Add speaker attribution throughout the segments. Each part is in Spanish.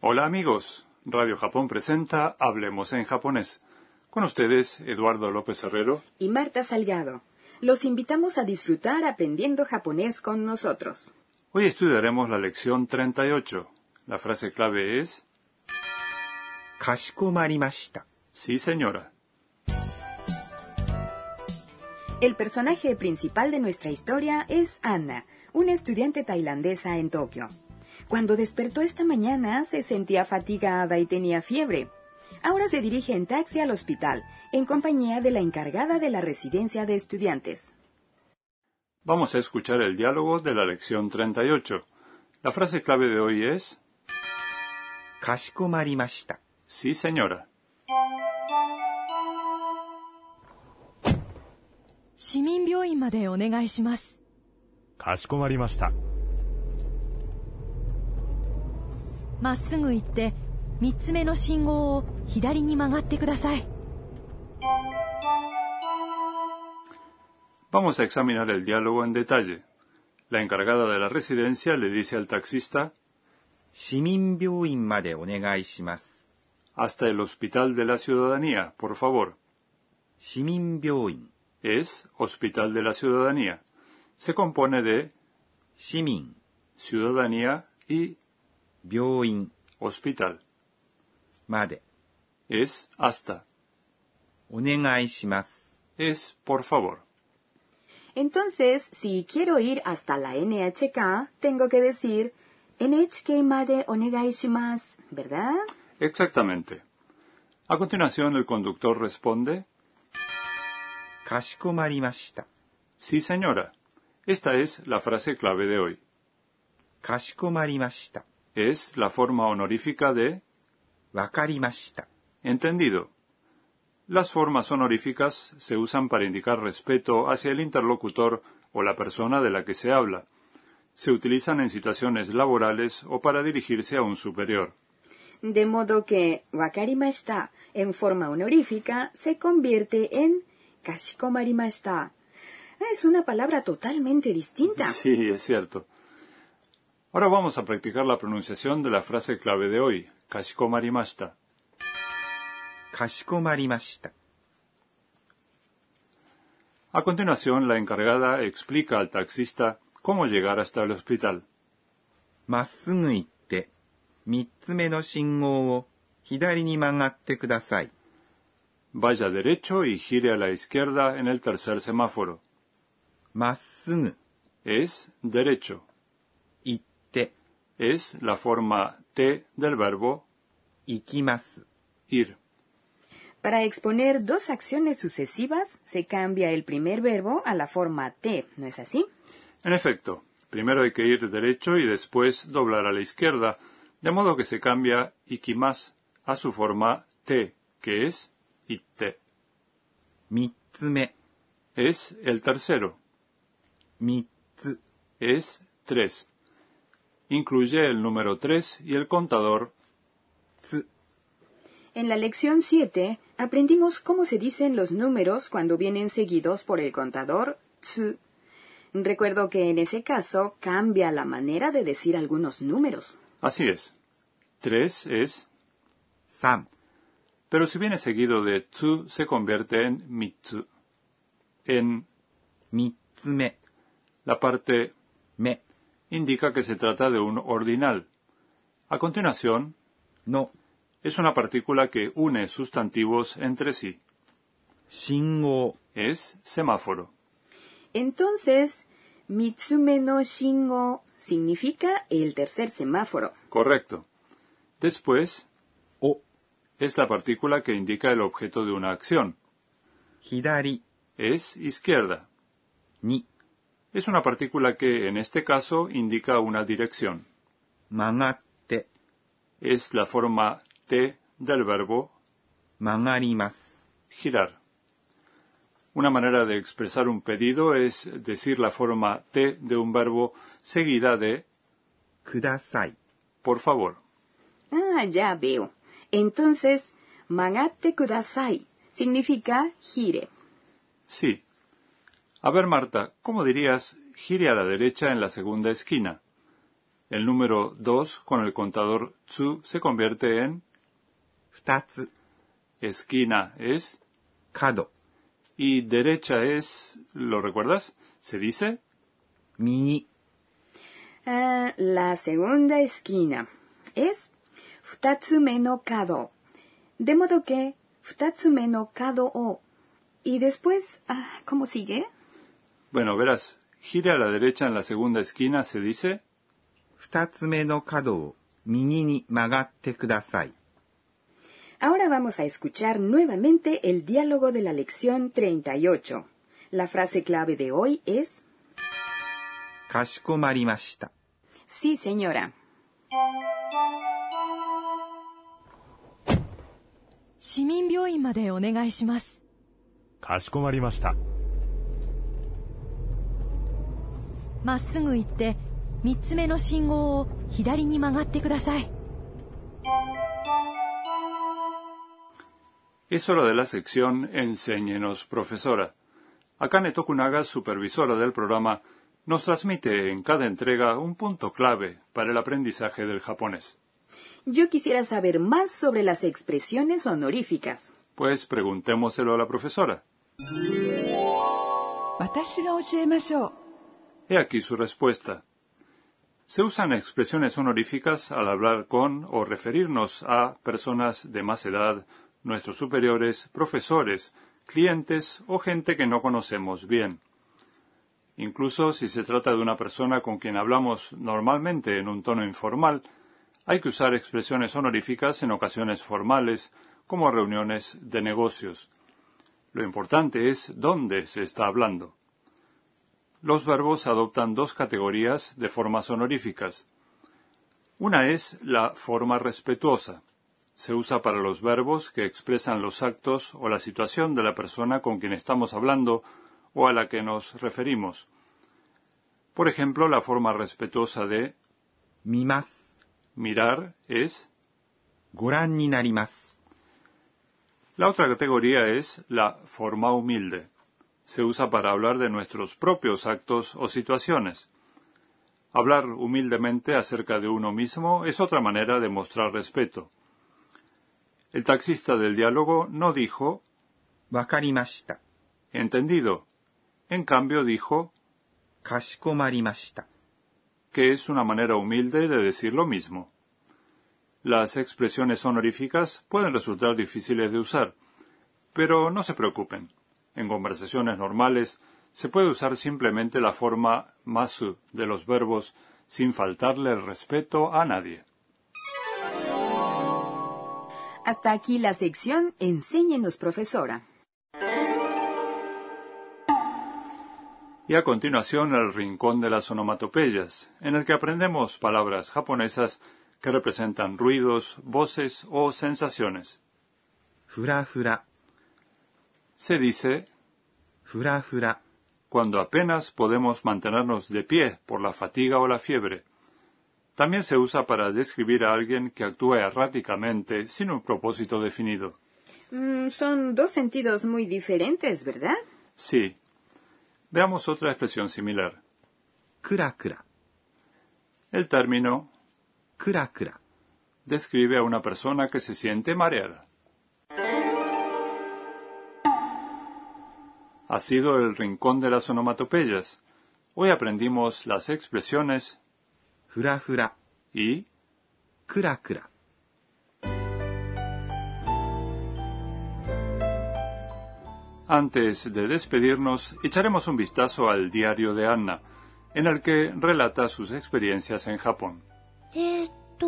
Speaker 1: Hola amigos, Radio Japón presenta Hablemos en japonés. Con ustedes, Eduardo López Herrero.
Speaker 2: y Marta Salgado. Los invitamos a disfrutar aprendiendo japonés con nosotros.
Speaker 1: Hoy estudiaremos la lección 38. La frase clave es
Speaker 3: かしこまりました。
Speaker 1: Sí, señora.
Speaker 2: El personaje principal de nuestra historia es Anna, una estudiante tailandesa en Tokio. Cuando despertó esta mañana se sentía fatigada y tenía fiebre. Ahora se dirige en taxi al hospital, en compañía de la encargada de la residencia de estudiantes.
Speaker 1: Vamos a escuchar el diálogo de la lección 38. La frase clave de hoy es
Speaker 3: かしこまりました。
Speaker 1: Sí, señora.
Speaker 4: 市民病院までお願いします
Speaker 5: かしこまりました
Speaker 4: まっすぐ行って3つ目の信号を左に曲がってください
Speaker 1: Vamos a examinar el diálogo en detalle. La encargada de la residencia le dice al taxista
Speaker 3: 市民病院までお願いします。
Speaker 1: hasta el Hospital de la Ciudadanía, por favor.
Speaker 3: 市民病院、
Speaker 1: Es Hospital de la Ciudadanía. Se compone de
Speaker 3: 市民、
Speaker 1: Ciudadanía y
Speaker 3: 病院
Speaker 1: Hospital.
Speaker 3: まで
Speaker 1: Es hasta.
Speaker 3: お願いします。
Speaker 1: Es por favor.
Speaker 2: Entonces, si quiero ir hasta la NHK, tengo que decir NHK Made Onegai shimasu", ¿verdad?
Speaker 1: Exactamente. A continuación el conductor responde
Speaker 3: かしこまりました。
Speaker 1: Sí, señora. Esta es la frase clave de hoy.
Speaker 3: かしこまりました。
Speaker 1: Es la forma honorífica de
Speaker 3: わかりました。
Speaker 1: entendido. Las formas honoríficas se usan para indicar respeto hacia el interlocutor o la persona de la que se habla. Se utilizan en situaciones laborales o para dirigirse a un superior.
Speaker 2: De modo que wakarimashita en forma honorífica se convierte en kashikomarimashita. Es una palabra totalmente distinta.
Speaker 1: Sí, es cierto. Ahora vamos a practicar la pronunciación de la frase clave de hoy, kashikomarimashita.
Speaker 3: かしこまりました。
Speaker 1: A continuación, la encargada explica al taxista cómo llegar hasta el hospital.
Speaker 3: まっすぐ行って、三つ目の信号を左に曲がってください。
Speaker 1: Vaya derecho y gire a la izquierda en el tercer semáforo.
Speaker 3: まっすぐ
Speaker 1: Es derecho.
Speaker 3: 行って、
Speaker 1: es la forma T del verbo
Speaker 3: 行きます。
Speaker 1: ir.
Speaker 2: Para exponer dos acciones sucesivas, se cambia el primer verbo a la forma T, ¿no es así?
Speaker 1: En efecto, primero hay que ir derecho y después doblar a la izquierda, de modo que se cambia ikimas a su forma T, que es itte.
Speaker 3: 三つ目、
Speaker 1: Es el tercero,
Speaker 3: 三つ、
Speaker 1: es tres. Incluye el número tres y el contador
Speaker 3: つ、
Speaker 2: En la lección 7 aprendimos cómo se dicen los números cuando vienen seguidos por el contador tsu. Recuerdo que en ese caso cambia la manera de decir algunos números.
Speaker 1: Así es. Tres es,
Speaker 3: 三、
Speaker 1: pero si viene seguido de tsu, se convierte en mitsu. En
Speaker 3: 三つ目、
Speaker 1: la parte
Speaker 3: 目、
Speaker 1: indica que se trata de un ordinal. A continuación,
Speaker 3: の
Speaker 1: es una partícula que une sustantivos entre sí.
Speaker 3: 信号
Speaker 1: Es semáforo.
Speaker 2: Entonces, Mitsume no Shingo significa el tercer semáforo.
Speaker 1: Correcto. Después,
Speaker 3: を
Speaker 1: es la partícula que indica el objeto de una acción.
Speaker 3: 左
Speaker 1: Es izquierda.
Speaker 3: に
Speaker 1: Es una partícula que, en este caso, indica una dirección.
Speaker 3: 曲がって
Speaker 1: Es la forma T del verbo
Speaker 3: 曲がります。
Speaker 1: girar. Una manera de expresar un pedido es decir la forma T de un verbo seguida de
Speaker 3: ください。
Speaker 1: por favor.
Speaker 2: Ah, ya veo. Entonces, magate kudasai significa gire.
Speaker 1: Sí. A ver, Marta, ¿cómo dirías gire a la derecha en la segunda esquina? El número 2 con el contador tsu se convierte en
Speaker 3: 二つ、
Speaker 1: esquina es
Speaker 3: 角、
Speaker 1: y derecha es, ¿lo recuerdas? Se dice
Speaker 3: 右、
Speaker 2: Ah, la segunda esquina es futatsume no kado. De modo que futatsume no kado o. Y después, ah, ¿cómo sigue?
Speaker 1: Bueno, verás, gira a la derecha en la segunda esquina, se dice
Speaker 3: 二つ目の角を右に曲がってください。
Speaker 2: Ahora vamos a escuchar nuevamente el diálogo de la lección 38. La frase clave de hoy es
Speaker 3: かしこまりました。
Speaker 2: Sí, señora.
Speaker 4: 市民病院までお願いします
Speaker 5: かしこまりました。
Speaker 4: まっすぐ行って3つ目の信号を左に曲がってください
Speaker 1: Es hora de la sección Enséñenos, profesora. Akane Tokunaga, supervisora del programa, nos transmite en cada entrega un punto clave para el aprendizaje del japonés.
Speaker 2: Yo quisiera saber más sobre las expresiones honoríficas.
Speaker 1: Pues preguntémoselo a la profesora. He aquí su respuesta. Se usan expresiones honoríficas al hablar con o referirnos a personas de más edad, nuestros superiores, profesores, clientes o gente que no conocemos bien. Incluso si se trata de una persona con quien hablamos normalmente en un tono informal, hay que usar expresiones honoríficas en ocasiones formales, como reuniones de negocios. Lo importante es dónde se está hablando. Los verbos adoptan dos categorías de formas honoríficas. Una es la forma respetuosa. Se usa para los verbos que expresan los actos o la situación de la persona con quien estamos hablando o a la que nos referimos. Por ejemplo, la forma respetuosa de
Speaker 3: 見ます。
Speaker 1: mirar es
Speaker 3: ご覧になります。
Speaker 1: La otra categoría es la forma humilde. Se usa para hablar de nuestros propios actos o situaciones. Hablar humildemente acerca de uno mismo es otra manera de mostrar respeto. El taxista del diálogo no dijo
Speaker 3: わかりました。
Speaker 1: entendido. En cambio dijo
Speaker 3: かしこまりました。
Speaker 1: que es una manera humilde de decir lo mismo. Las expresiones honoríficas pueden resultar difíciles de usar, pero no se preocupen. En conversaciones normales se puede usar simplemente la forma masu de los verbos sin faltarle el respeto a nadie.
Speaker 2: Hasta aquí la sección Enséñenos, profesora.
Speaker 1: Y a continuación el rincón de las onomatopeyas, en el que aprendemos palabras japonesas que representan ruidos, voces o sensaciones.
Speaker 3: ふらふら、
Speaker 1: Se dice
Speaker 3: ふらふら、
Speaker 1: cuando apenas podemos mantenernos de pie por la fatiga o la fiebre. También se usa para describir a alguien que actúa erráticamente sin un propósito definido.
Speaker 2: Mm, son dos sentidos muy diferentes, ¿verdad?
Speaker 1: Sí. Veamos otra expresión similar.
Speaker 3: くらくら、
Speaker 1: El término
Speaker 3: くらくら、
Speaker 1: describe a una persona que se siente mareada. Ha sido el rincón de las onomatopeyas. Hoy aprendimos las expresiones
Speaker 3: ふらふら、
Speaker 1: y
Speaker 3: くらくら。
Speaker 1: Antes de despedirnos, echaremos un vistazo al diario de Anna, en el que relata sus experiencias en Japón.
Speaker 6: えーっと、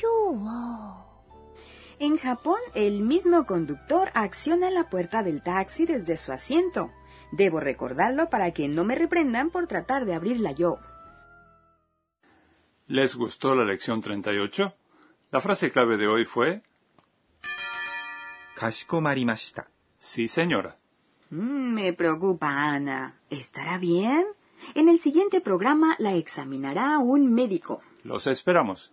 Speaker 6: 今日は、
Speaker 2: En Japón, el mismo conductor acciona la puerta del taxi desde su asiento. Debo recordarlo para que no me reprendan por tratar de abrirla yo.
Speaker 1: ¿Les gustó la lección 38? La frase clave de hoy fue
Speaker 3: かしこまりました。
Speaker 1: Sí, señora.
Speaker 2: Mm, me preocupa, Ana. ¿Estará bien? En el siguiente programa la examinará un médico.
Speaker 1: Los esperamos.